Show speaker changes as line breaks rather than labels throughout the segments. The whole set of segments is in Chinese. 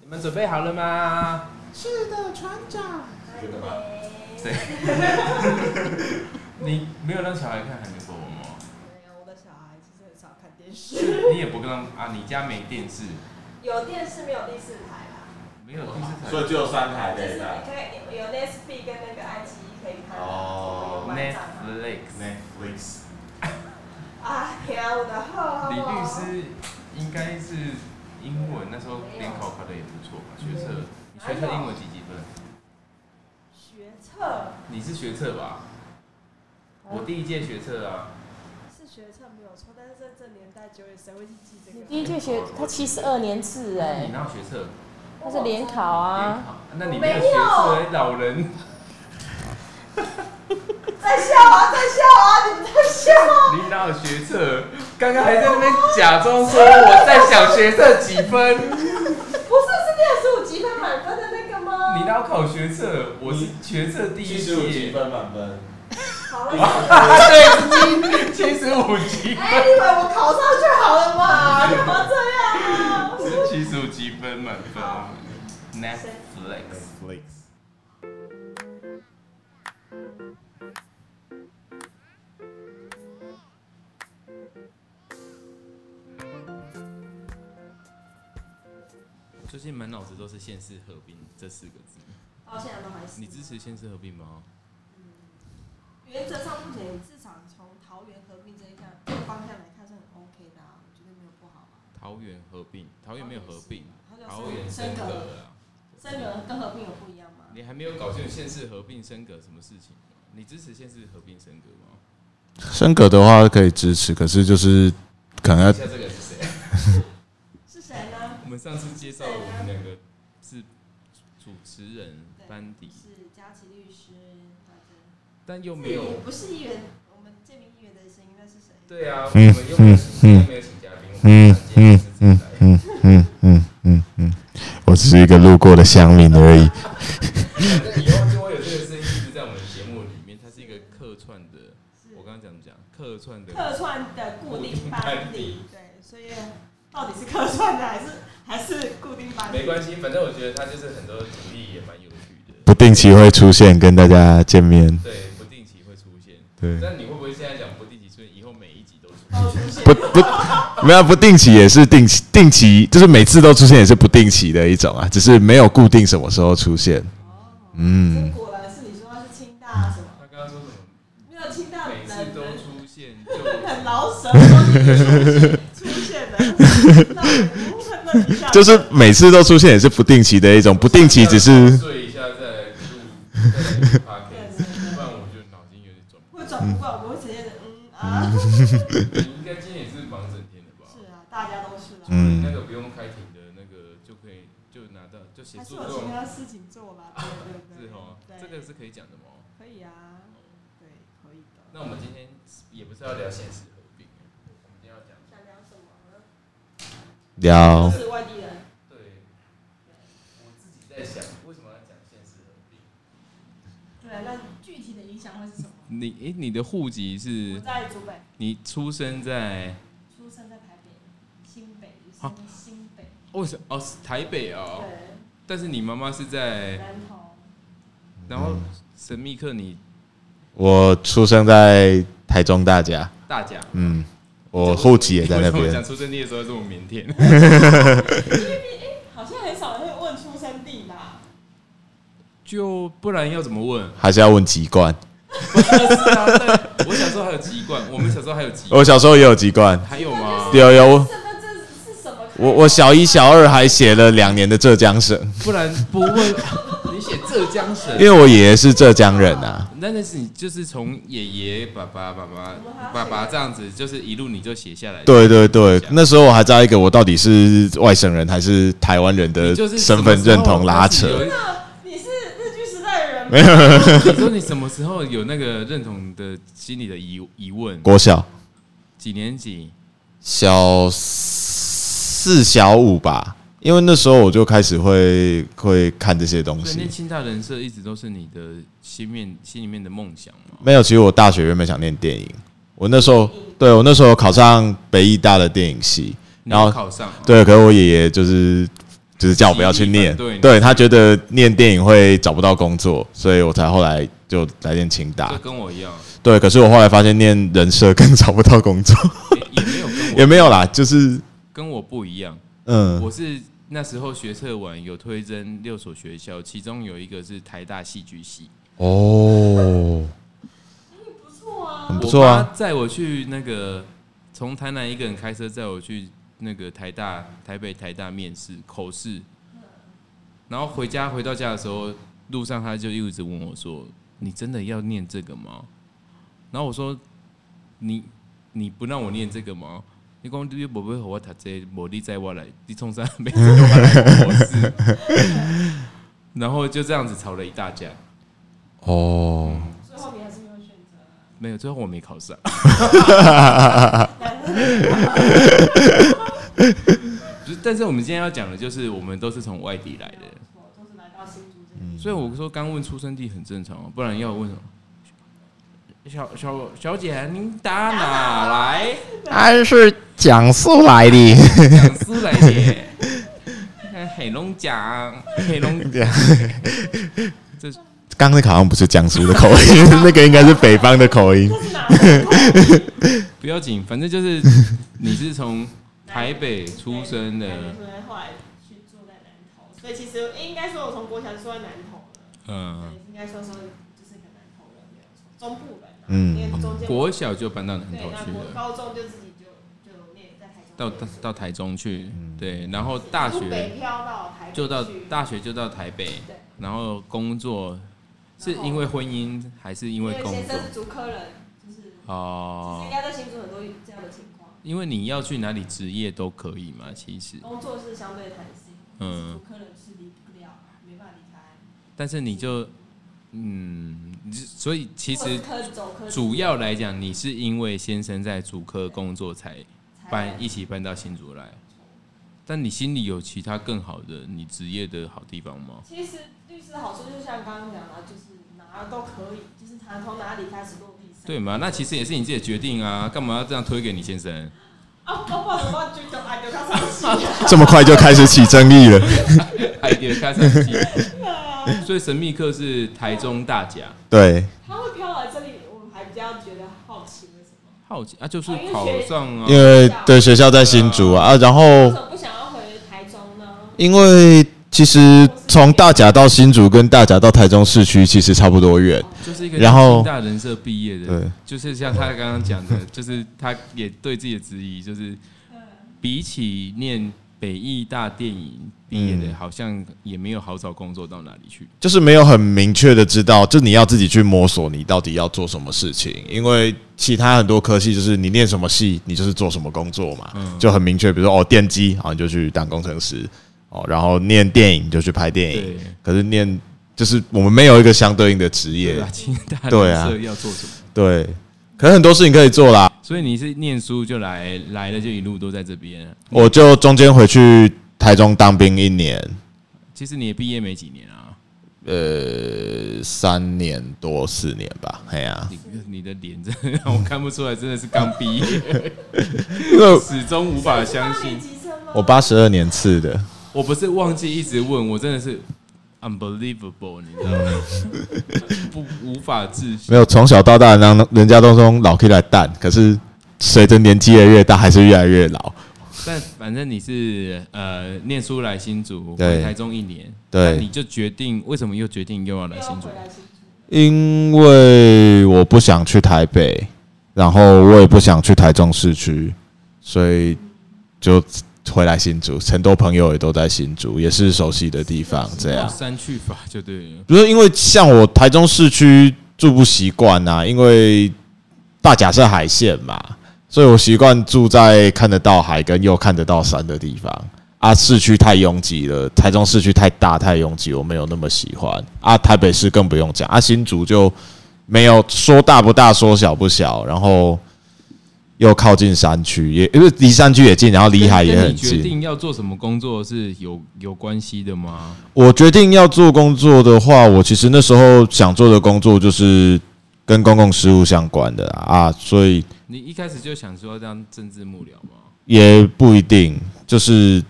你们准备好了吗？
是的，船长。
真的吗？
对。 你没有让小孩看韩国文吗？
没有，我的小孩其实很少看电
是
视。
你也不让啊？你家没电视？
有电视没有第四台啦，
没有电视
所
台？
以只有三台
就是
对
你
不对
可以有 Netflix 跟那个爱奇艺可以看啊，
哦
我有馆长啊
Netflix。
？Netflix。
啊，天啊，我的号
李律师应该是英文那时候联考考的也不错吧？学测，你学测英文几几分？
学
测
你是学测吧？我第一届学测啊，
是学测没有错，但是在这年代久远，谁会去记这
你
个？
第一届学他七十二年制哎、
你哪有学测？
他是联考啊
联，考？那你
我
没有
没
学测
有
欸，老人，
在笑啊，在笑啊，你们在笑啊，
你哪有学测？刚刚还在那边假装说我在想学测几分，
不是是六十五积分满分的那个吗？
你哪有考学测？我是学测第一
七十五积
届，啊
分满分，
好了，
对，七七十五级，
哎，你以为我考上就好了 嘛？干嘛这样啊？
是七十五积分满分。Netflix。
Netflix。
最近满脑子都是县市合并这四个字，
到现在都还是
你支持县市合并吗？
原则上目前至少从桃园合并这一项这个方向来看是很 OK 的啊，我觉得没有不好啊。
桃园合并，桃园没有合并，
桃
桃
园
园
是
升
升
格
格，
了。
升格跟合并有不一样吗？
你还没有搞清楚县市合并升格什么事情？你支持县市合并升格吗？
升格的话可以支持，可是就是可能要
一下这个人是谁？
是谁呢？
我们上次介绍我们两个是主持人班底，
是佳琪律师，大家。
但又没
这也
嗯
有
不是议员，我们建民议员的声音，那是谁？
对啊，我
嗯
们又没有请，又没有请嘉宾，我们直接就是自己来
嗯嗯嗯嗯，我只是一个路过的乡民而已。
反正以后就会有这个声音一直在我们节目里面，它是一个客串的。
是
我刚刚讲讲客串的
客串的固定
固定班
班
底
底，对，所以到底是客串的还是还是固定班底？
没关系，反正我觉得他就是很多主意也蛮有趣的，
不定期会出现跟大家见面，
对，不定期会出现。
对，
但你会不会现在讲不定期出现，以后每一集都出现？
哦
都出现
不不，没有不定期也是定期，定期就是每次都出现也是不定期的一种啊，只是没有固定什么时候出现。
哦，
嗯
这，果然是你说他是清大什么？
他刚刚说什么？
没有清大
每
人
次
人
都出现
很
就
老舍都出现的，那我们问一下
就是每次都出现也是不定期的一种，不定期只是
睡一下再来录再来录 podcast，
对
不然我就脑筋有点转不
会转不过来，我们会直接的嗯啊，
过来。你应该今天也是忙整天的吧？
是啊，大家都是啦，
嗯
那个不用开庭的那个就可以就拿到就写
还是
诉
有
状
其，他事情做啦，对对对
是哦，这个是可以讲的
嗯
吗？
可以啊，对，可以的。
那我们今天也不是要聊现实合并，我们今天要讲
想聊什么呢？
都
聊
是外地人，
对，我自己在想为什么要讲现实合并。
对啊，那具体的影响会是什么？
你诶，你的户籍
我
是
在竹北，
你出生在
出生在台北，新北，
啊
新新北，
为什么？哦，是台北哦，
对，
但是你妈妈是在，
南投，
然
嗯
后神秘客你
我出生在台中大家，
大甲，
嗯， 我户籍也在那
你为什么
边
讲，出生地的时候这么腼腆，
好像很少人会问出生地啦。
就不然要怎么问？ 哦
还是要问籍贯。
是啊，但我小时候还有籍贯，我们小时候还有籍，
我小时候也有籍贯，
还有吗？
有有。
身份证是什么？
我我小一小二还写了两年的浙江省，
不然不问， 你写浙江省
因，为我爷爷是浙江人啊。
那那是你就是从爷爷、爸爸、爸爸、爸爸这样子，就是一路你就写下来。
对对对，那时候我还在一个我到底是外省人还是台湾人的
你就是
身份认同拉扯。
什么时候
你是日据时代的人吗？
开始有一。你说你什么时候有那个认同的心理的疑疑问？
国小
几年级？
小四小五吧，因为那时候我就开始会会看这些东
所以
西
那。清大人设一直都是你的心面心里面的梦想嘛？
没有，其实我大学原本想念电影，我那时候对我那时候考上北艺大的电影系，
你
然后
有考上吗，
对，可是我爷爷就是就是叫我不要去
极
念
力反对，你
对他觉得念电影会找不到工作，所以我才后来就来念清大
就。跟我一样，
对，可是我后来发现念人设更找不到工作，
也也没有跟我
也没有啦，就是
跟我不一样，
嗯
我是那时候学测完有推甄六所学校，其中有一个是台大戏剧系，
哦，
不错啊，
很不错啊
我，爸载我去那个从台南一个人开车载我去那个台大台北台大面试口试，然后回家回到家的时候，路上他就一直问我说：“你真的要念这个吗？”然后我说：“你你不让我念这个吗？”你讲你不会和我读这个，无你载我来，你冲啥没载我来口试？然后就这样子吵了一大架，
哦，
最后你还是没有选择。
没有，最后我没考上。
男生
就是但是我们今天要讲的就是，我们都是从外地来的，
都是来到新竹这边，
所以我说刚问出生地很正常啊，不然要我问什么？小小小姐，您打哪 来？
还是讲述来 的，
讲出来耶！ 黑龙江，黑龙
刚刚那个好像不是江苏的口音， 那个应该是北方的口音。
这是哪里？
不要紧，反正就是你是从台北出生的，
出来后来去住在南投，所以其实应该说，我从国小就住在南投了，
嗯，
应该说说就是个南投人没有错，中部人、啊，
嗯
因为中间
国小就搬到南
对，
投
那
去
国
了，
高中就自己就就念在台中
到到到台中去，对，然后大
从
学
北漂到台北
就到
去
大学就到台北
对，
然后工作是因为婚姻还是因
因
为
为
工
先
作
生？是竹科人，就是其实
哦
应，该在新竹很多这样的情况，
因为你要去哪里职业都可以嘛，其实，
工作是相对弹性，
嗯
竹，科人是离不了，没办法离开。
但是你就，嗯，你就所以其
或者
实
是科走科
主要来讲，你是因为先生在主科工作才
才
搬一起搬到新竹来，但你心里有其他更好的你职业的好地方吗？
其实律师的好处就像刚刚讲的，就是哪儿都可以，就是他从哪里开始落地生。
对嘛？那其实也是你自己的决定啊，干嘛要这样推给你先生？
啊，我把什么就就哎，就他 上去了。
这么快就开始起争议了，
海蝶开山记，所以神秘客是台中大甲，
对，
他会飘来这里，我还比较觉得好奇为什么？
好奇啊，就是考上啊，
因为对学校在新竹啊，啊然
为
哦
后
什么不想要回台中呢？
因为其实从大甲到新竹跟大甲到台中市区其实差不多远，
就是一个
然后
清大人设毕业的
对，
就是像他刚刚讲的， 就是他也对自己的质疑，就是比起念北艺大电影毕业的，
嗯
好像也没有好找工作到哪里去。
就是没有很明确的知道，就你要自己去摸索你到底要做什么事情，因为其他很多科系就是你念什么系，你就是做什么工作嘛，
嗯
就很明确。比如说哦，电机，好你就去当工程师，哦，然后念电影你就去拍电
对
影，可是念就是我们没有一个相对应的职业
对，啊，清大
对
人
啊
设要做什么？
对，可能很多事情可以做啦。
所以你是念书就来，来了就一路都在这边。啊
我就中间回去台中当兵一年，
其实你也毕业没几年啊，
呃，三年多四年吧，哎呀、
你你的脸真的让我看不出来，真的是刚毕业。
因为
始终无法相信。
机车吗？
我八十二年次的，
我不是忘记一直问，我真的是 unbelievable，你知道吗？不无法置信。
没有从小到大让人家都从老 K 来淡，可是随着年纪的越大，还是越来越老。
但反正你是呃念书来新竹，
对
回台中一年，那
对
你就决定为什么又决定又要来新竹
回？来新竹，
因为我不想去台北，然后我也不想去台中市区，所以就回来新竹。很多朋友也都在新竹，也是熟悉的地方，这样。
删哦去法就对了。
不是因为像我台中市区住不习惯呐，因为大甲是海线嘛，所以我习惯住在看得到海跟又看得到山的地方。啊，市区太拥挤了，台中市区太大太拥挤，我没有那么喜欢。啊，台北市更不用讲，啊，新竹就没有说大不大，说小不小，然后又靠近山区，也因为离山区也近，然后离海也
跟
很
你决
近。
定要做什么工作是有有关系的吗？
我决定要做工作的话，我其实那时候想做的工作就是跟公共事务相关的啊，所以
你一开始就想说要当政治幕僚吗？
也不一定，就是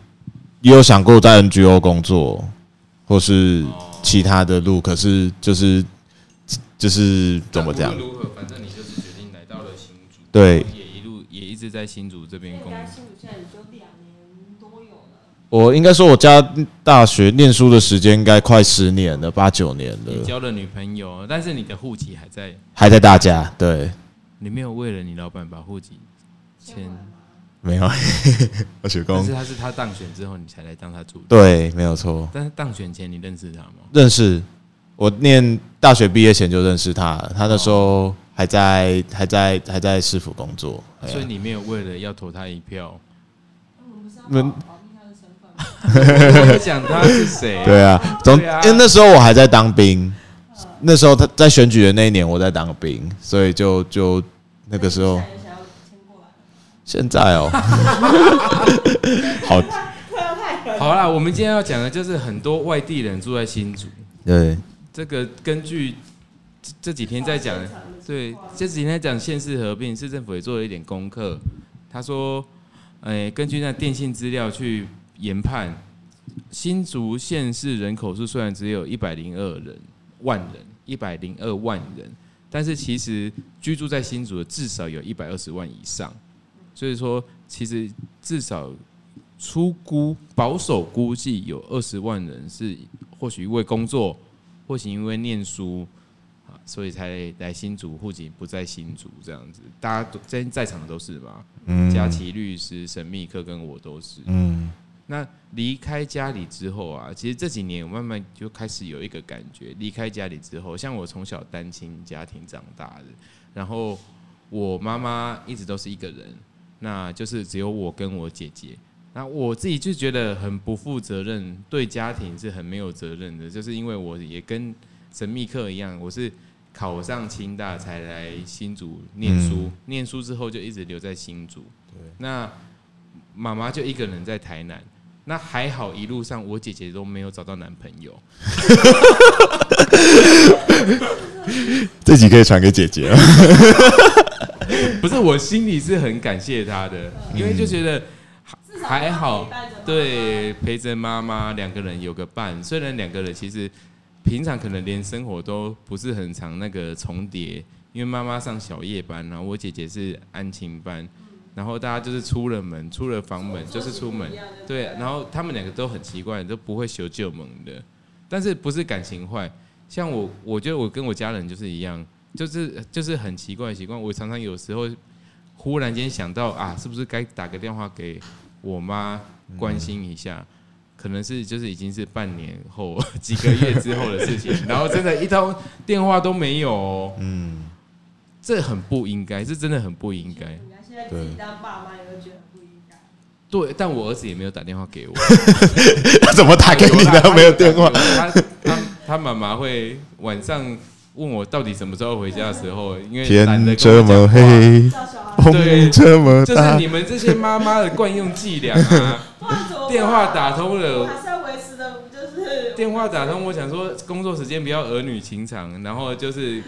也有想过在 NGO 工作，或是其他的路，可是就是就是怎么讲
但无？论如何，反正你就是决定来到了新竹，
对
也一路也一直在新竹这边
应
工
该
作。
新竹现在也就两年多有了，
我应该说，我家大学念书的时间应该快十年了，八九年
你
了，
交了女朋友，但是你的户籍还在，
还在大家对，
你没有为了你老板把户籍迁，
没有， 我学
但
工
是他是他当选之后你才来当他助理。
对，没有错，
但是当选前你认识他吗？
认识。我念大学毕业前就认识他了，他那时候还在还在还在市府工作，哎呀
所以你没有为了要投他一票，
嗯
我讲他是谁？
对啊，总
对啊
因为那时候我还在当兵，那时候他在选举的那一年我在当兵，所以就就那个时候
现，在也想要迁过来。
现在哦，好
啊
好啦，我们今天要讲的就是很多外地人住在新竹，
对
这个根据这这几天在讲，对，这几天在讲县市合并，市政府也做了一点功课。他说，诶、根据那电信资料去研判，新竹县市人口数虽然只有一百零二人万人，一百零二万人，但是其实居住在新竹的至少有一百二十万以上。所以说，其实至少初估保守估计有二十万人是或许因为工作，或许因为念书啊，所以才来新竹，户籍不在新竹这样子。大家都在在场的都是嘛，嗯，佳琪律师、神秘客跟我都是。
嗯，
那离开家里之后啊，其实这几年我慢慢就开始有一个感觉，离开家里之后，像我从小单亲家庭长大的，然后我妈妈一直都是一个人，那就是只有我跟我姐姐。那我自己就觉得很不负责任，对家庭是很没有责任的，就是因为我也跟神秘客一样，我是考上清大才来新竹念书，念书之后就一直留在新竹。那妈妈就一个人在台南。那还好，一路上我姐姐都没有找到男朋友，
这集可以传给姐姐啊了，
不是我心里是很感谢她的，因为就觉得
至少
还好
陪伴着妈妈，
对，陪着妈妈两个人有个伴。虽然两个人其实平常可能连生活都不是很常那个重叠，因为妈妈上小夜班，然后我姐姐是安亲班，然后大家就是出了门，出了房门就是出门，对，然后他们两个都很奇怪，都不会修旧门的，但是不是感情坏，像我，我觉得我跟我家人就是一样，就是就是很奇怪的习惯，我常常有时候。忽然间想到啊，是不是该打个电话给我妈关心一下，可能是就是已经是半年后几个月之后的事情，然后真的一通电话都没有、哦，嗯，这很不应该，这真的很不应该。
人家现在自己当爸妈也会觉得很不应该。
对，但我儿子也没有打电话给我，
他 怎么打给你呢？没有电话，
他他他妈妈会晚上问我到底什么时候回家的时候，因为懒得
天
跟
这
我讲
么
话，
黑，
叫小孩
风这么
就是
大，
你们这些妈妈的惯用伎俩啊，
不然怎么办
电话打通
我
了。
还是要维持的，就是
电话打通，我想说工作时间比较儿女情长，然后就是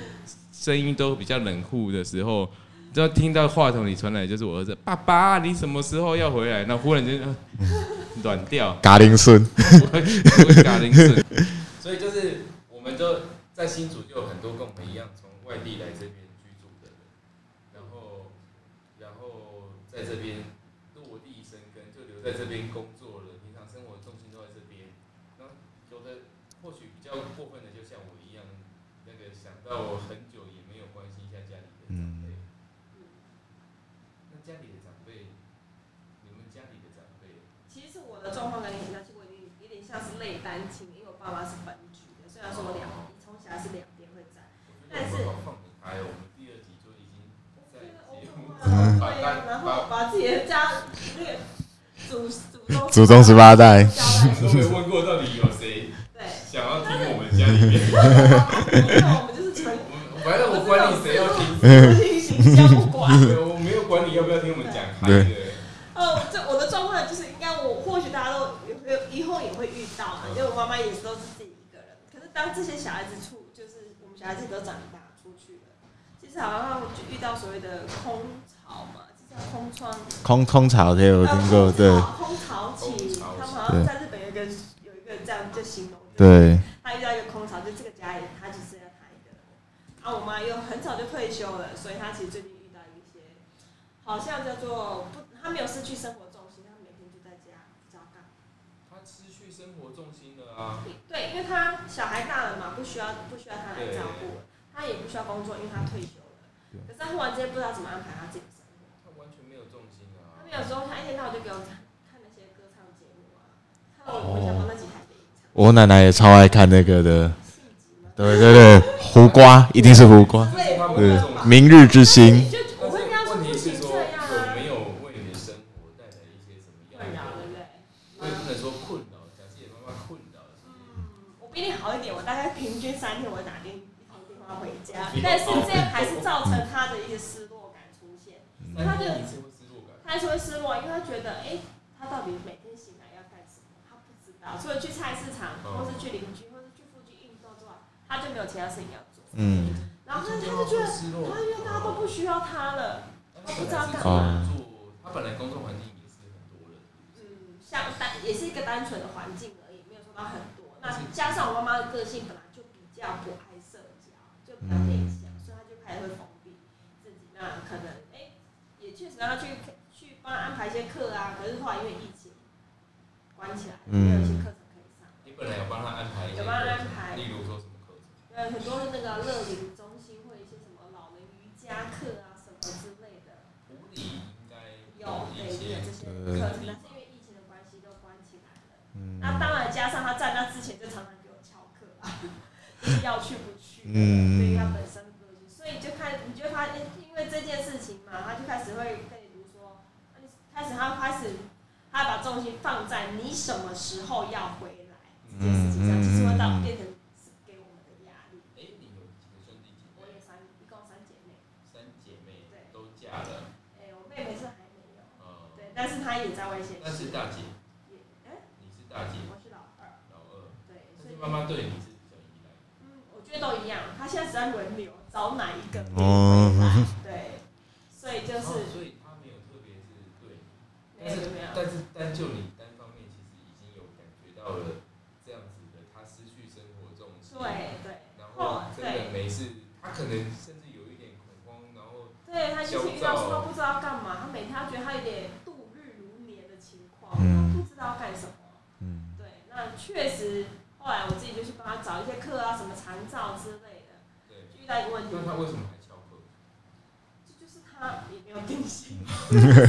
声音都比较冷酷的时候，就听到话筒里传来就是我儿子爸爸，你什么时候要回来？那忽然间呃 软掉，
嘎铃孙，
不会不会嘎铃声。 所以就是我们就在新竹就有很多跟我们一样从外地来这边居住的人，然后然后在这边落地生根，就留在这边工作了，平常生活重心都在这边。那有的或许比较过分的，就像我一样，那个想到很久也没有关心一下家里的长辈。那家里的长辈，你们家里的长辈，
其实我的状况跟你很像，其实我有点有点像是类单亲，因为我爸妈是分居的，虽然说我两从小是两边会站，但是
好放得开哦。我们第二集就已经在节目
嗯
把
对呀，然后
把
把自己的家那个祖祖
祖宗十八代
交代
都没问过到底有谁
对，
想要听我们家里面。
那我们就是纯
我们反正我管你谁要听，
自行相管。
我没有管你要不要听我们讲嗨的。
哦，这我的状况就是，应该我或许大家都有有以后也会遇到嘛，因为我妈妈也是都是自己一个人。可是当这些小孩子出，就是我们小孩子都长大出去了，其实好像就遇到所谓的空巢嘛，其实空窗，
空空巢也有听过，对
呃空巢空巢期，他们好像在日本有一个有一个这样就形容，就是
对，
他遇到一个空巢，就这个家里他只剩下他一个人。啊，我妈又很早就退休了，所以她其实最近遇到一些，好像叫做不，她没有失去生活重心，她每天就在家不知道干嘛。
他失去生活重心了啊，
对，因为她小孩大了嘛，不需要不需要她来照顾了，她也不需要工作，因为她退休了。可是她忽然之间不知道怎么安排她自己的生活。
他完全没有重心
他
啊。
们有时候他一天到晚就给我看看那些歌唱节目啊，看到我我想把那几台给你唱，
我奶奶也超爱看那个的，
戏集嘛。
对对对，胡瓜一定是胡瓜，
这是他们
对
的重，心。
明日之
你
星，
就我会跟他说
问
不
题是
行
说
这样
有
啊，
没有为你的生活带来一些什么
困扰
样的？
对啊不对？
我也不能说困扰，讲自己的妈妈困扰。
嗯，我比你好一点，我大概平均三天我打电一通电话回家，但是这样还是造成他的一些失落感出现，所以他就
你是会失落感。
他还是会失落，因为他觉得哎、他到底每天醒来要干什么，他不知道，除了去菜市场，或是去邻居，或是去附近运动之外，他就没有其他事情要做，
嗯，
然后他他就觉得。
失落
他因为大家都不需要他了，
他
不知道干
嘛
做，他本来工作环境也是很多人，
嗯，像单也是一个单纯的环境而已，没有说到很多。那加上我妈妈的个性本来就比较不爱社交，就比较内向，所以她就开始会封闭自己。那可能哎、也确实让她去去帮她安排一些课啊，可是后来因为疫情关起来，没有一些课程可以上。
你本来有帮他安排一些
有帮他安排
例如说什么课程，
呃，很多的那个乐龄中心会有一些什么老人瑜伽课啊什么之类的，
普理应该
有对
一
有
些
这些课程，但是因为疫情的关系都关起来了。
嗯
那当然加上他在那之前就常常给我翘课啊， 就是要去不去，
嗯
对于他本身的东西，所以就开你就发现，因为这件事情嘛，他就开始会跟你说，那你开始他开始他把重心放在你什么时候要回来这件事情上，
嗯嗯嗯
其实会到变成是给我们的压力。
哎，你有几个兄弟姐
我
妹？
有三一共三姐妹，
三姐妹都嫁了，
哎、我妹妹是还没有，
嗯，
对，但是她也在外县
那
市
是，大姐，
也哎、
你是大姐，
我是老二，
老二，
对，
但
所
是
以
妈妈对你是比较依赖，
嗯，我觉得都一样，他现在只在轮流找哪一个
哦
哦，对，所以就是
哦所以她没有特别是对你，
没有没有，
但是单就你单方面，其实已经有感觉到了这样子的，她失去生活重心，
对对
然后
后
真的
对
没事，他可能甚至有一点恐慌，然后
对，他就是遇到说他不知道干嘛，他每天他觉得他有点度日如年的情况，
嗯
他不知道干什么，
嗯，
对，那确实后来我自己就去帮他找一些课啊，什么长照之类的，
对，
就遇到一个问题
那，他为什么还翘课？
这就是他也没有定性，就是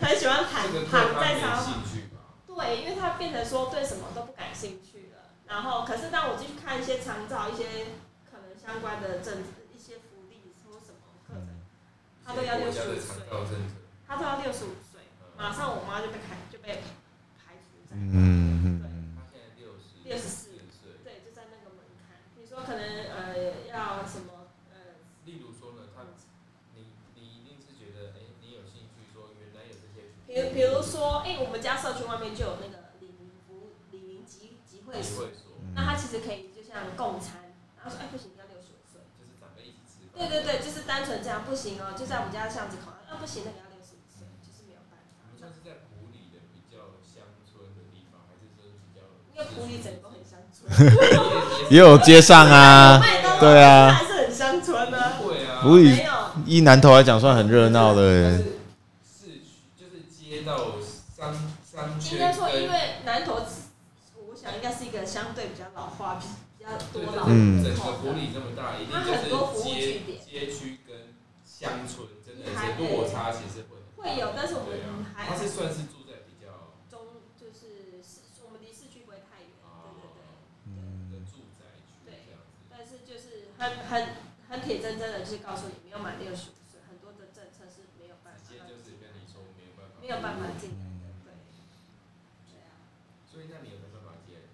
很喜欢躺
这个对
躺
他
在
没
沙发。
兴趣吧？
对，因为他变成说对什么都不感兴趣了。然后，可是当我继续看一些长照、一些可能相关的政治、一些福利或什么课程，他都要
国
六
家
十
的
五
长
岁，
照政策，
他都要六十五岁，马
嗯，
上我妈就被开就被排除在，
嗯嗯
他现在六十
64
岁。
对，就在那个门槛。你说可能呃要什么呃，
例如说呢，他你你一定是觉得，哎，你有兴趣说原来有这些，
比如比如说，哎、我们家社区外面就有那个李明福李明集集
你
会所，
会说，
那他其实可以就像共餐，然后说哎、不行，你要六十五岁。
就是长辈一起吃饭，
对对对，就是单纯这样不行哦，就在我们家巷子口，啊不行，那个要六十五岁，就是没有办
啊
我们算
法。
是在普里的比较乡村的地方，还是说比较
因为普里整个都很乡村，
也有街上啊，
麦当劳
对啊
还是很乡村呢。
会啊，
普里
没有，
依南头来讲算很热闹的、
但
欸
是，市区就是街道商商
应
圈
该说因
跟
为南投是，我想应该是一个相对比较老化、比比较多
对
老
嗯
整
人
个
口
普
的。
里这么大，一定
它
就
很多
是
服务
街
据点
街区跟乡村真的是落差，其实会很大
会有，但是我
对
们
啊，
还
他是算是住在比较
中，就是市，我们离市区不会太远，对对对。
啊
嗯
的住宅区这样子，
但是就是很很很铁铮铮的，就是告诉你没有满六十五岁，很多的政策是没有办法
直接
让
就
你
是
进
跟
来
你说没有办法，
没有办法进来的，对，对啊，
所以那你有没有办法接？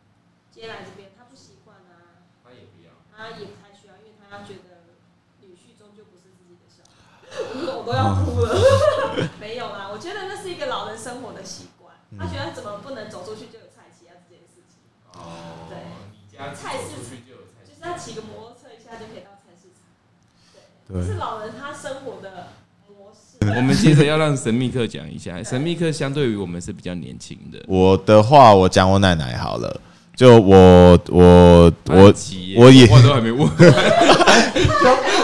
接来这边他不习惯啊，
他也不要，
他也不太需要，因为他觉得女婿终究不是自己的小孩， 我都要哭了， 没有啦，我觉得那是一个老人生活的习惯，他觉得怎么不能走出去就有菜奇啊这件事情，
哦，
对，
你家
菜市
走出去就有菜市
就是他骑个摩托车一下就可以到菜市场，对，
对
就是老人他生活的模都是。
嗯我们接着要让神秘客讲一下，神秘客相对于我们是比较年轻的。
我的话，我讲我奶奶好了。就我我我
很急耶
我也
话都还 没问完，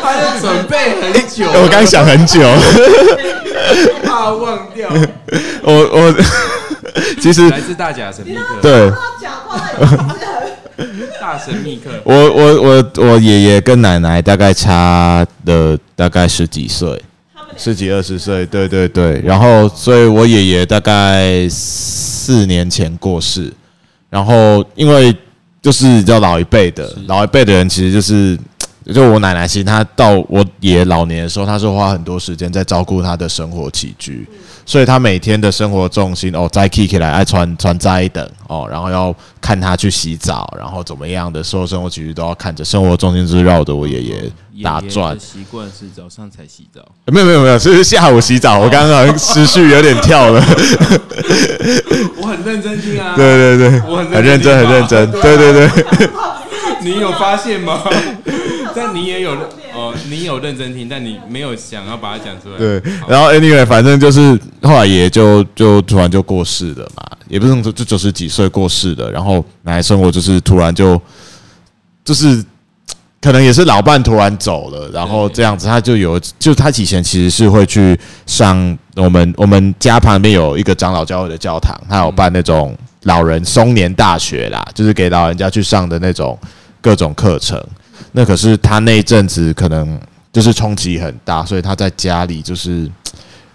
他要准备很久，
哎我刚想很久，
怕忘 掉。
我我其实
来自大甲神秘客，
对
他讲话也是很
大神秘客，
我我我我爷爷跟奶奶大概差了大概十几岁，
他们
十几二十岁，对对对。然后，所以我爷爷大概四年前过世。然后，因为就是叫老一辈的，老一辈的人其实就是，就我奶奶，其实她到我爷爷老年的时候，她是花很多时间在照顾她的生活起居，所以她每天的生活重心哦，摘 K 起来爱穿穿摘等哦，然后要看她去洗澡，然后怎么样的，所有生活起居都要看着，生活重心是绕着我爷哦爷打
爷爷
转
的。习惯是早上才洗澡，
没有没有没有，是下午洗澡。我刚刚好像思绪有点跳 了，
我很认真听啊。
对对对，
我很
很认真很认真，对对啊对，
你有发现吗？ 但你也有哦，你有认真听，但你没有想要把它讲出来。
对
好，
然后 anyway，反正就是后来也就就突然就过世了嘛，也不是说就九十几岁过世的，然后奶奶生活就是突然就就是可能也是老伴突然走了，然后这样子他就有就他以前其实是会去上我们我们家旁边有一个长老教会的教堂，他有办那种老人松年大学啦，就是给老人家去上的那种各种课程。那可是他那一阵子可能就是冲击很大，所以他在家里就是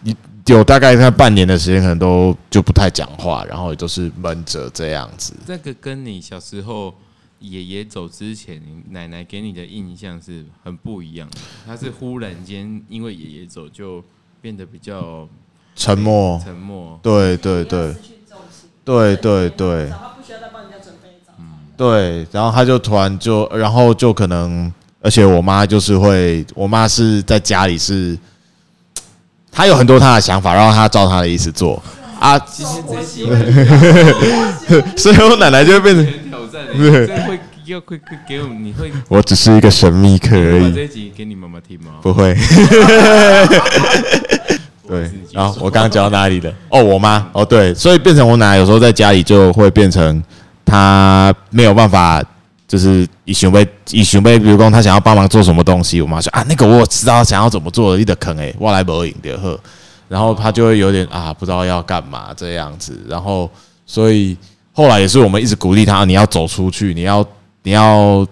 一有大概他半年的时间，可能都就不太讲话，然后也都是闷着这样子。
这个跟你小时候爷爷走之前，奶奶给你的印象是很不一样的。她是忽然间因为爷爷走就变得比较
沉默，
沉默，
对对对
失去重心。
对对对
早上不需要再帮人家准备
嗯
早
嗯
餐。
对，然后他就突然就，然后就可能，而且我妈就是会，我妈是在家里是，她有很多她的想法，然后她照她的意思做啊，
今天这一集
所以我奶奶就会变成，
很挑战、欸，这会要会会给我，你会
我只是一个神秘客而
把
已
这。一集给你妈妈听吗？
不会。
我
对
自己，说
然后我刚刚讲到哪里了？哦，我妈，哦对，所以变成我奶有时候在家里就会变成她没有办法，就是以想被以想被，比如说她想要帮忙做什么东西，我妈说啊，那个我知道想要怎么做，你得坑哎，我来不赢的呵，然后她就会有点啊，不知道要干嘛这样子，然后所以后来也是我们一直鼓励她，你要走出去，你要你要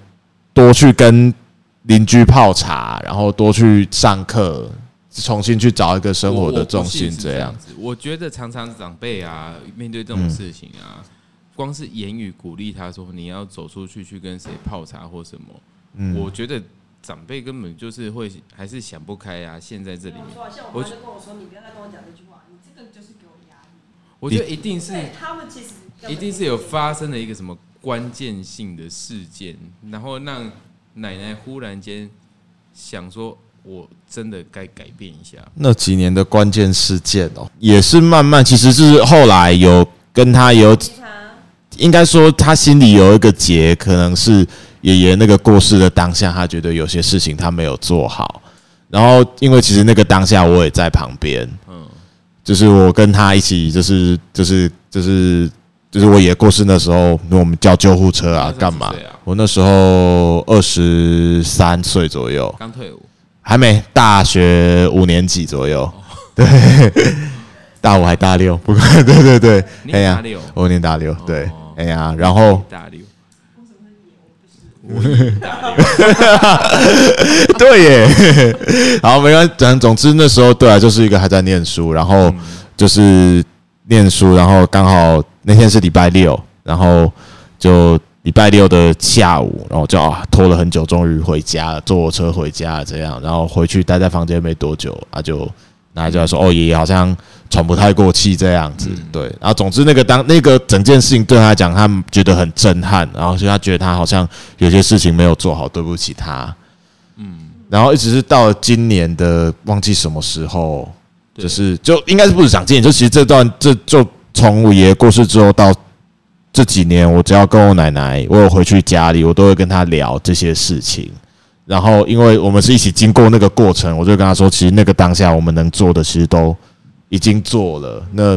多去跟邻居泡茶，然后多去上课，重新去找一个生活的重心，这样。嗯
子。我觉得常常长辈啊，面对这种事情啊，光是言语鼓励他说你要走出去去跟谁泡茶或什么，
嗯
我觉得长辈根本就是会还是想不开啊。现在这里面，
说啊，像我
我
妈就跟我说，你不要再跟我讲这句话，你这个就是给我压力。
我觉得一定是
对他们其实根本
一定是有发生了一个什么关键性的事件，然后让奶奶忽然间想说，我真的该改变一下。
那几年的关键事件哦，也是慢慢，其实就是后来有跟他有，
他
应该说他心里有一个结，可能是爷爷那个过世的当下，他觉得有些事情他没有做好。然后，因为其实那个当下我也在旁边，
嗯，
就是我跟他一起、就是，就是就是就是我爷过世那时候，我们叫救护车啊，干嘛
那时候几岁啊？
我那时候二十三岁左右，
刚退伍，
还没大学五年级左
哦
右，对，大五还大六，不过对对对，
你
哎呀
大，六，
我念大六，对
哦，
哎呀，然后
大六，
对耶， 好，没关系。总总之那时候对啊，就是一个还在念书，然后就是念书，然后刚好那天是礼拜六，然后就礼拜六的下午，然后就啊拖了很久，终于回家了，坐车回家了这样，然后回去待在房间没多久，啊就然后就来说哦爷爷好像喘不太过气这样子，对，然后总之那个当那个整件事情对他来讲，他觉得很震撼，然后所以他觉得他好像有些事情没有做好，对不起他。然后一直是到了今年的忘记什么时候，
对
就是就应该是不止讲今年，就其实这段这就从我爷爷过世之后到这几年，我只要跟我奶奶，我有回去家里，我都会跟她聊这些事情。然后因为我们是一起经过那个过程，我就跟他说，其实那个当下我们能做的，其实都已经做了。那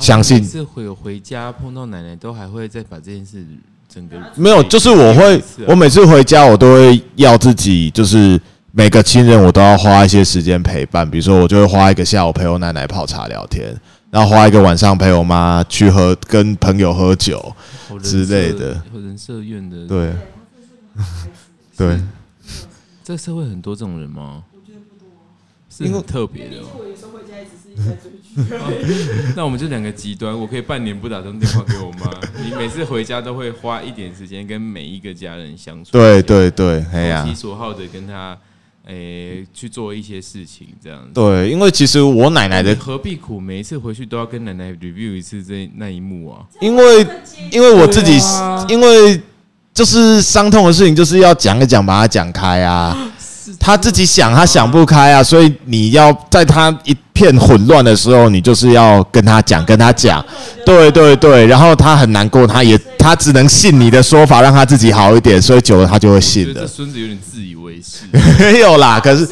相信
每次回回家碰到奶奶，都还会再把这件事整
啊
个
没有，就是我会，我每次回家我都会要自己，就是每个亲人我都要花一些时间陪伴。比如说，我就会花一个下午陪我奶奶泡茶聊天，然后花一个晚上陪我妈去喝跟朋友喝酒。
好人
之类的
社人社院的。，
对对
对，这个社会很多这种人吗？
我觉得不多，
是很特别的、
毕
哦。
竟我有时候回家也只是一直在追
嗯
剧。
那我们就两个极端，我可以半年不打通电话给我 妈，你每次回家都会花一点时间跟每一个家人相处，
对对对，哎呀、
投其所好的跟他诶、去做一些事情，这样子。
对，因为其实我奶奶的
你，何必苦？每一次回去都要跟奶奶 review 一次这那一幕啊。
因为因为我自己
对啊，
因为就是伤痛的事情，就是要讲一讲，把它讲开啊。他自己想，他想不开啊，所以你要在他一片混乱的时候，你就是要跟他讲，跟他讲，对对对，然后他很难过，他也他只能信你的说法，让他自己好一点，所以久了他就会
觉
信
得这
的。
孙子有点自以为是。
没有啦，可是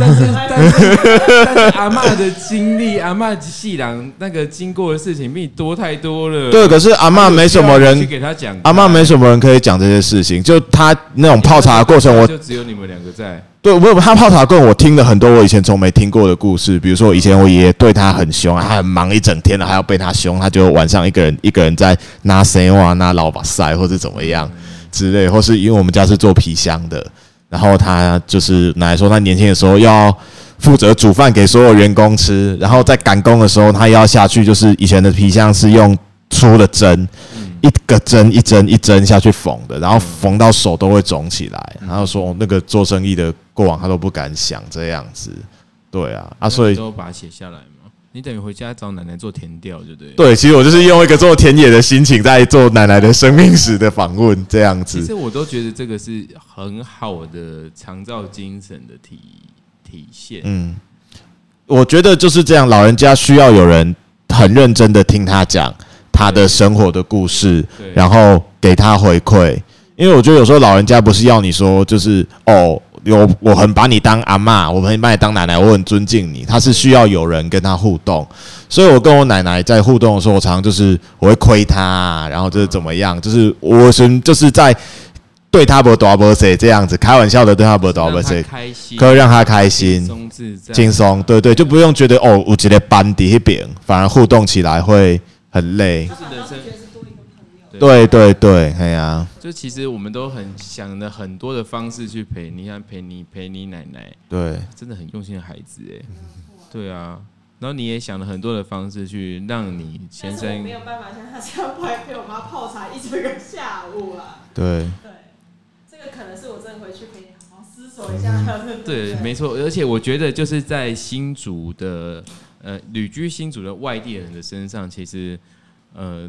但是但是但是阿嬷的经历，阿嬷细郎那个经过的事情比你多太多了。
对，可是阿嬷没什么
去
人，
给他讲。
阿嬷没什么人可以讲这些事情，就他那种泡茶的过程，我
就只有你们两个在。
对，我有他泡茶棍，我听了很多我以前从没听过的故事，比如说以前我爷爷对他很凶，啊他很忙一整天了，还要被他凶，他就晚上一个人一个人在拿谁哇拿老把塞或者怎么样之类，或是因为我们家是做皮箱的，然后他就是奶奶说他年轻的时候要负责煮饭给所有员工吃，然后在赶工的时候他要下去，就是以前的皮箱是用粗的针。一个针一针一针下去缝的，然后缝到手都会肿起来。然后说、哦那个做生意的过往他都不敢想这样子，对啊啊，所
你
以
都把它写下来嘛。你等于回家找奶奶做填调，对不对？。
对，其实我就是用一个做田野的心情在做奶奶的生命史的访问这样
其
子。
实我都觉得这个是很好的长照精神的体体现。
嗯，我觉得就是这样，老人家需要有人很认真的听他讲他的生活的故事，
对，
然
后
后给他回馈，因为我觉得有时候老人家不是要你说就是哦，有我很把你当阿嬷，我很把你当奶奶，我很尊敬你，他是需要有人跟他互动，所以我跟我奶奶在互动的时候，我常常就是我会亏她，然后就是怎么样，就是我是就是在对她不多不谁这样子开玩笑的对她不多不谁，
开心，
可以让她开心
轻。松自在，
轻松，对对，就不用觉得哦，我直接班底那边，反而互动起来会很累。
就是人生。
对对对，哎呀、
就其实我们都很想了很多的方式去陪你，看陪你陪你奶奶，
对。
真的很用心的孩子哎。
嗯
对啊，然后你也想了很多的方式去让你先
但是我
生
没有办法像他这样陪陪我妈泡茶一整个下午啊。
对，
对，这个可能是我真的回去可以好好思索一下。
对，没错，而且我觉得就是在新竹的呃旅居新竹的外地人的身上，其实呃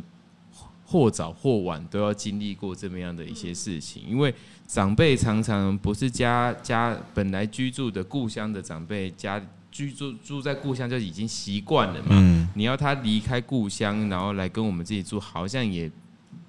或早或晚都要经历过这么样的一些事情，
嗯
因为长辈常常不是家家本来居住的故乡的长辈家居住住在故乡就已经习惯了嘛，
嗯，
你要他离开故乡，然后来跟我们自己住，好像也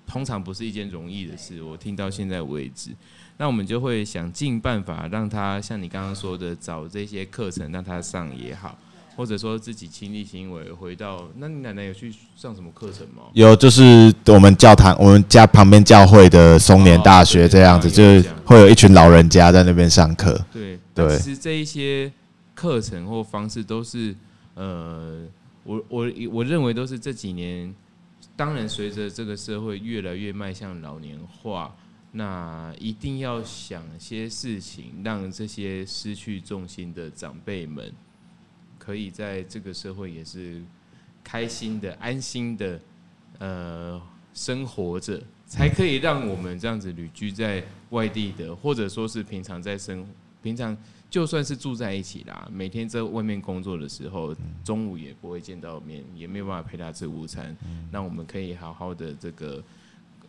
通常不是一件容易的事。我听到现在为止，那我们就会想尽办法让他像你刚刚说的，找这些课程让他上也好，或者说自己亲力亲为回到。那你奶奶有去上什么课程吗？
有就是我们教堂，我们家旁边教会的松年大学这样子，
哦
就
对对
是会有一群老人家在那边上课。
对，
对
那其实这一些课程或方式都是，呃，我我我认为都是这几年，当然随着这个社会越来越迈向老年化，那一定要想些事情，让这些失去重心的长辈们，可以在这个社会也是开心的、安心的，呃，生活着，才可以让我们这样子旅居在外地的，或者说是平常在生平常就算是住在一起啦，每天在外面工作的时候，中午也不会见到面，也没有办法陪他吃午餐，那我们可以好好的这个。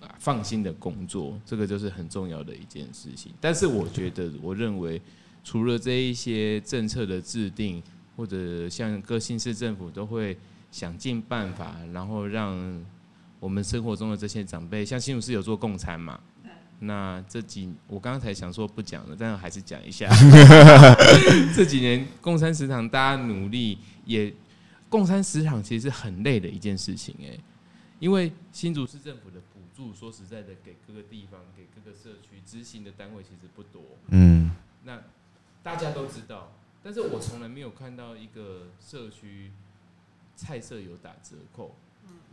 呃放心的工作，这个就是很重要的一件事情。但是我觉得，我认为除了这一些政策的制定，或者像各县市政府都会想尽办法，然后让我们生活中的这些长辈，像新竹市有做共餐嘛，那这几我刚才想说不讲了，但还是讲一下。这几年共餐食堂大家努力也，共餐食堂其实是很累的一件事情哎、因为新竹市政府的补助，说实在的，给各个地方、给各个社区执行的单位其实不多。
嗯，
那大家都知道，但是我从来没有看到一个社区菜色有打折扣，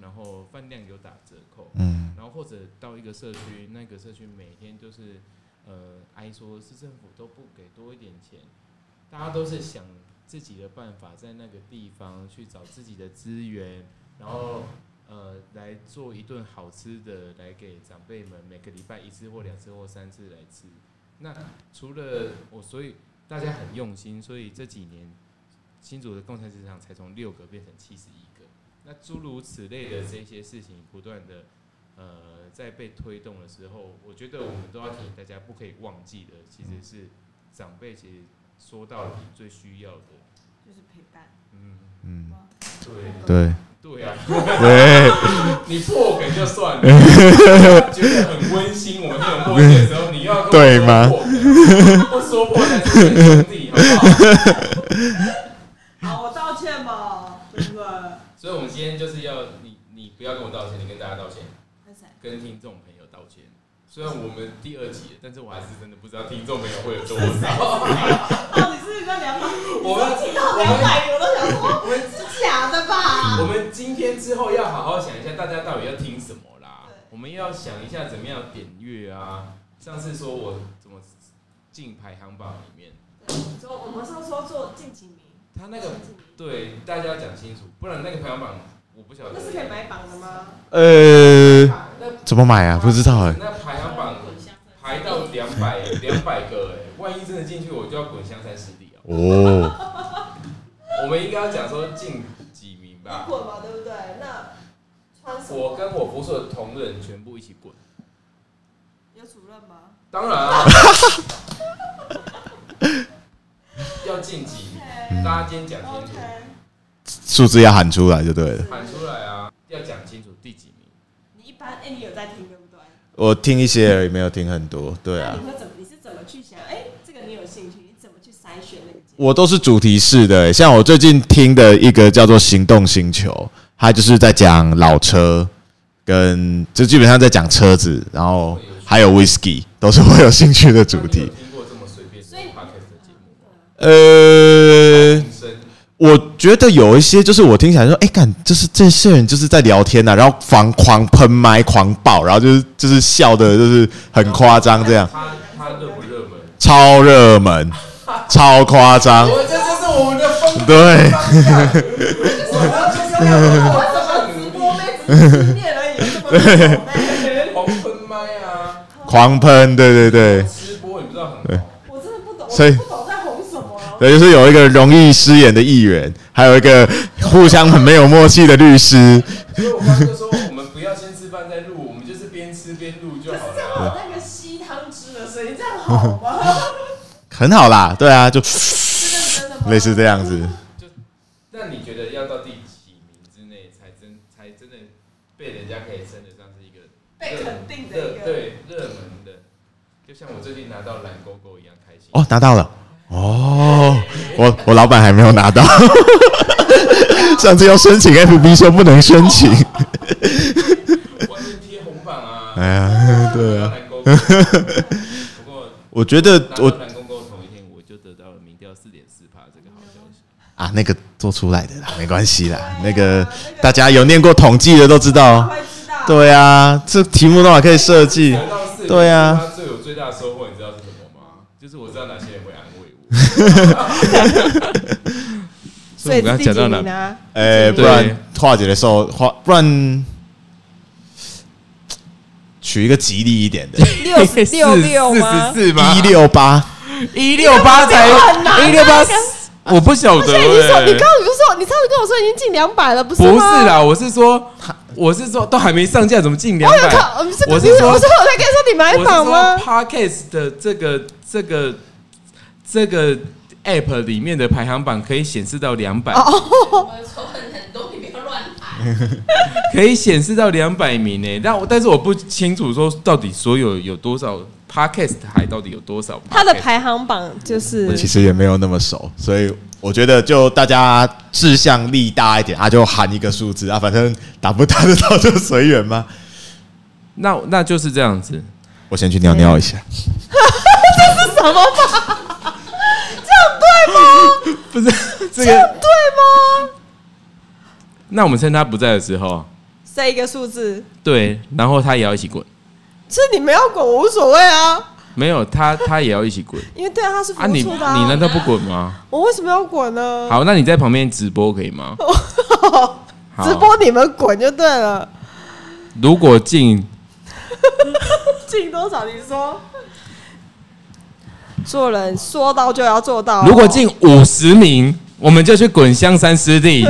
然后饭量有打折扣，
嗯，
然后或者到一个社区，那个社区每天就是呃哀说市政府都不给多一点钱，大家都是想自己的办法，在那个地方去找自己的资源，然后。呃，来做一顿好吃的，来给长辈们每个礼拜一次或两次或三次来吃。那除了我，所以大家很用心，所以这几年新竹的共产市场才从六个变成七十一个。那诸如此类的这些事情，不断的呃在被推动的时候，我觉得我们都要提醒大家，不可以忘记的，其实是长辈其实说到底最需要的。
就是陪伴。
嗯，
嗯，
对
对，
对啊，
对，
你破梗就算了，觉得很温馨，我们这种默契的时候，你又要跟我
对吗
说破梗？不说破才是真兄弟，好不好？
好，啊我道歉嘛，真 的。
所以我们今天就是要你，你不要跟我道歉，你跟大家道歉，
那谁？
跟听众朋友道歉。虽然我们第二集了，但是我还是真的不知道听众朋友会有多少。
哦，你是不是跟两百？
我
你都
们
听到两百，我都想说，
我们
是假的吧？
我们今天之后要好好想一下，大家到底要听什么啦
对？
我们要想一下怎么样点阅啊。上次说我怎么进排行榜里面，
对你说我们上次说做近几名，
他那个
近几名
对大家要讲清楚，不然那个排行榜我不晓得
那。是可以买榜的吗？
呃，
榜
那
怎么买啊？不知道哎、
那排行榜排到两百两百个哎、万一真的进去，我就要滚香山十里哦。
哦，
我们应该要讲说进几名吧。
滚嘛，对不对？那穿什
我
么？
跟我不所有的同仁全部一起滚。
有主任吗？
当然啊， 要晋级，大家今天讲清
OK，
数字要喊出来就对了。
楚，喊出来啊，要讲清楚第几名。
你一般哎、你有在听对不对？
我听一些而已，没有听很多。对
那
啊，
你会怎么？你是怎么去想？哎、这个你有兴趣，你怎么去筛选那个节目？
我都是主题式的、欸像我最近听的一个叫做《行动星球》，它就是在讲老车，跟就基本上在讲车子，然后还有 whisky，都是我有兴趣的主
你
题
有。听过这么随便的 podcast 的节目吗？
呃，
女生
我觉得有一些就是我听起来说，哎、干，就是这些人就是在聊天呐、啊然后狂狂喷麦狂爆，然后就是就是笑的，就是很夸张这样，
他他热不热门？
超热门，超夸张
我，们这就是我们的风格
对。
方向， 我们就是要
我怎么直播妹子纪念而已，这么久妹，
狂喷麦啊！
狂喷，对对对，
吃播你不知道很好，
我真的不懂，
所以
我不懂在红什么啊。
对，就是有一个容易失言的议员，还有一个互相很没有默契的律师，
所以我刚刚就说我们不要先吃饭再录，我们就是边吃边录就
可是
好
这样
了。啊
会有那个吸汤汁的声音，这样好吗？
很好啦，对啊，就
是认真的吗？
类似这样子。
那你觉得要到第几名之内才真才真的被人家可以称得上是一个
被肯定的
热
一个，
对热门的？就像我最近拿到蓝勾勾一样开心。
哦，拿到了，哦，我我老板还没有拿到， 上次要申请 FB 说不能申请，
外面贴红榜啊，
哎呀，对啊，
蓝勾勾。不过
我觉得
拿
我
到蓝勾勾的同一天，我就得到了民调四点四趴这个好消息。
啊那个做出来的啦，没关系啦，那
对
个
啊那个
大家有念过统计的都知道，
会知道。
对啊，这题目都还可以设计。
得到四，
对啊
他最有最大的收获，你知道是什么吗？就是我知道哪些人会安慰我。
所以
我
是
刚刚
第
讲
几
到哪
名？
啊
呢？
诶、呃不
对
然化解的时候化，不然取一个吉利一点的，
六十六六吗？
四
一六八，
一六八才
很难
一六八
那个，
我不晓得、
现在已经说，啊你
欸。
刚刚就说，你上次跟我说已经进两百了，不是
不
吗？
是啦，我是说，我是说，都还没上架，怎么进两
我有
百？
看，我们是
我
不
是
是？
说
我说我在跟你说你买
我是
榜
说
吗？
，Podcast 的这个这个这个 App 里面的排行榜可以显示到两百。
哦，
我们说很多，你不要乱排。
可以显示到两百名诶，但我但是我不清楚说到底所有有多少 podcast 台到底有多少 podcast，
他的排行榜就是
我其实也没有那么熟，所以我觉得就大家志向力大一点啊，就喊一个数字啊，反正打不打得到就随缘嘛。
那那就是这样子。
我先去尿尿一下。
什么吧？
不是这个，那我们趁他不在的时候，
塞一个数字，
对，然后他也要一起滚，
其实你们要滚我无所谓啊，
没有他他也要一起滚
因为对啊，他是付
啊！你
出的、啊
你难道不滚吗？
我为什么要滚呢？
好，那你在旁边直播可以吗？ 好
直播你们滚就对了，
如果进
进多少你说。做人说到就要做到哦、
如果进五十名，我们就去滚香山湿地。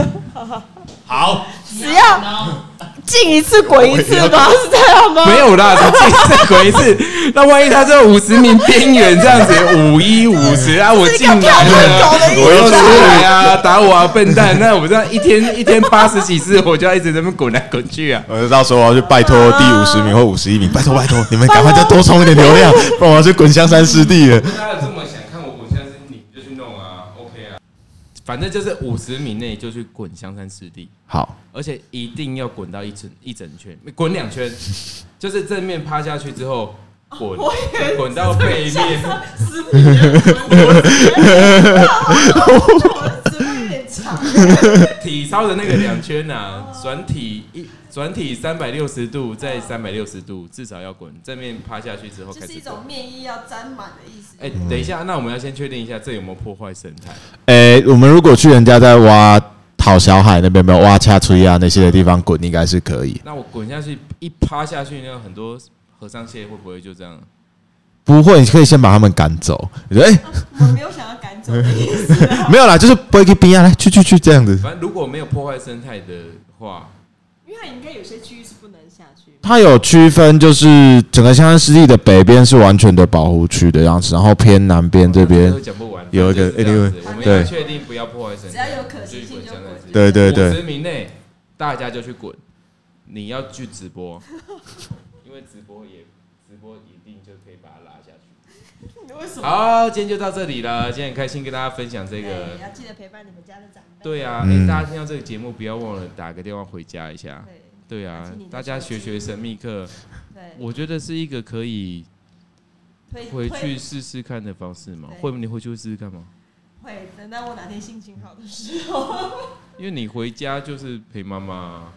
好，
只要进一次滚一次吗？是这样吗？
没有啦，才进再滚一次。那万一他在五十名边缘这样子，五一五十啊，我进来了，我又出来啊，打我啊，笨蛋！那我这样一天一天八十几次，我就要一直在那边滚来滚去啊。
我就到时候我要去拜托第五十名或五十一名，拜托拜托，你们赶快再多充一点流量，不然我要去滚香山湿地了。
大家这么想看我滚香山，你就去弄啊，OK 啊。反正就是五十米内就去滚香山湿地，
好，
而且一定要滚到一整一整圈，滚两圈，就是正面趴下去之后滚，滚到背面。
师傅，我师傅有点强，
体操的那个两圈呐、啊，转体一转体三百六十度，再三百六十度，至少要滚正面趴下去之后
就
开
是
始
一
滚。
种面衣要沾满的意思。
哎、等一下，那我们要先确定一下这有没有破坏生态。
诶、我们如果去人家在挖讨小海那边没有挖恰吹啊那些的地方滚，应该是可以，
那我滚下去一趴下去，那很多和尚蟹会不会就这样？
不会，你可以先把他们赶走。你说，诶、
我没有想要赶走的意思啊，
没有啦，就是不会去边啊，来去去去这样子。
反正如果没有破坏生态的话，
因为它应该有些区域是不能下去。
它有区分，就是整个香山湿地的北边是完全的保护区的样子，然后偏南边这边
都，讲不完。
有一个
反正就是这样子
anyway，
我们
对
要确定不要破坏生态，
只要有可行性就滚
对对对
五十名内大家就去滚，你要去直播， 因为直播也直播一定就可以把它拉下去。
你为什么？
好，今天就到这里了，今天很开心跟大家分享这个
对。要记得陪伴你们家的长辈。
对啊，哎、
嗯
大家听到这个节目，不要忘了打个电话回家一下。
对
对啊
打进你，的
大家
手机
学学神秘课，
对，
我觉得是一个可以
推
回
推
去试试看的方式嘛。
对
会，你回去会试试看吗？
会，等到我哪天心情好的时候，
因为你回家就是陪妈妈啊，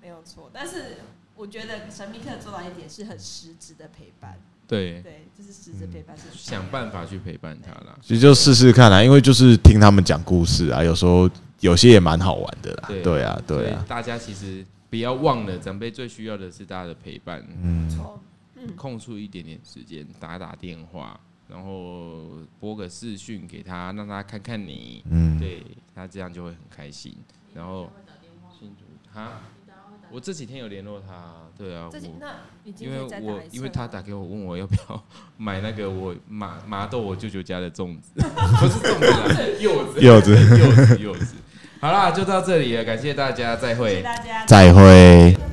没有错。但是我觉得神秘客做到一点是很实质的陪伴，
对，嗯
对，就是实质陪伴是
想办法去陪伴她啦。
其实就试试看啊啦，因为就是听他们讲故事啊，有时候有些也蛮好玩的啦。
对
对啊，对
所
啊
以，大家其实不要忘了，长辈最需要的是大家的陪伴，
没
嗯，
错。
空出一点点时间打打电话，然后拨个视讯给他，让他看看你，
嗯
对他这样就会很开心。然后，庆祝哈，我这几天有联络他，对啊，
这
我
那你今
因为
天再打
我
一次
因为
吗
他打给我问我要不要买那个我麻麻豆我舅舅家的粽子，不是粽子啦，柚子，
柚子
柚子，柚子。好啦，就到这里了，感谢大家，再会。
谢谢大家，
再会。
拜拜。啊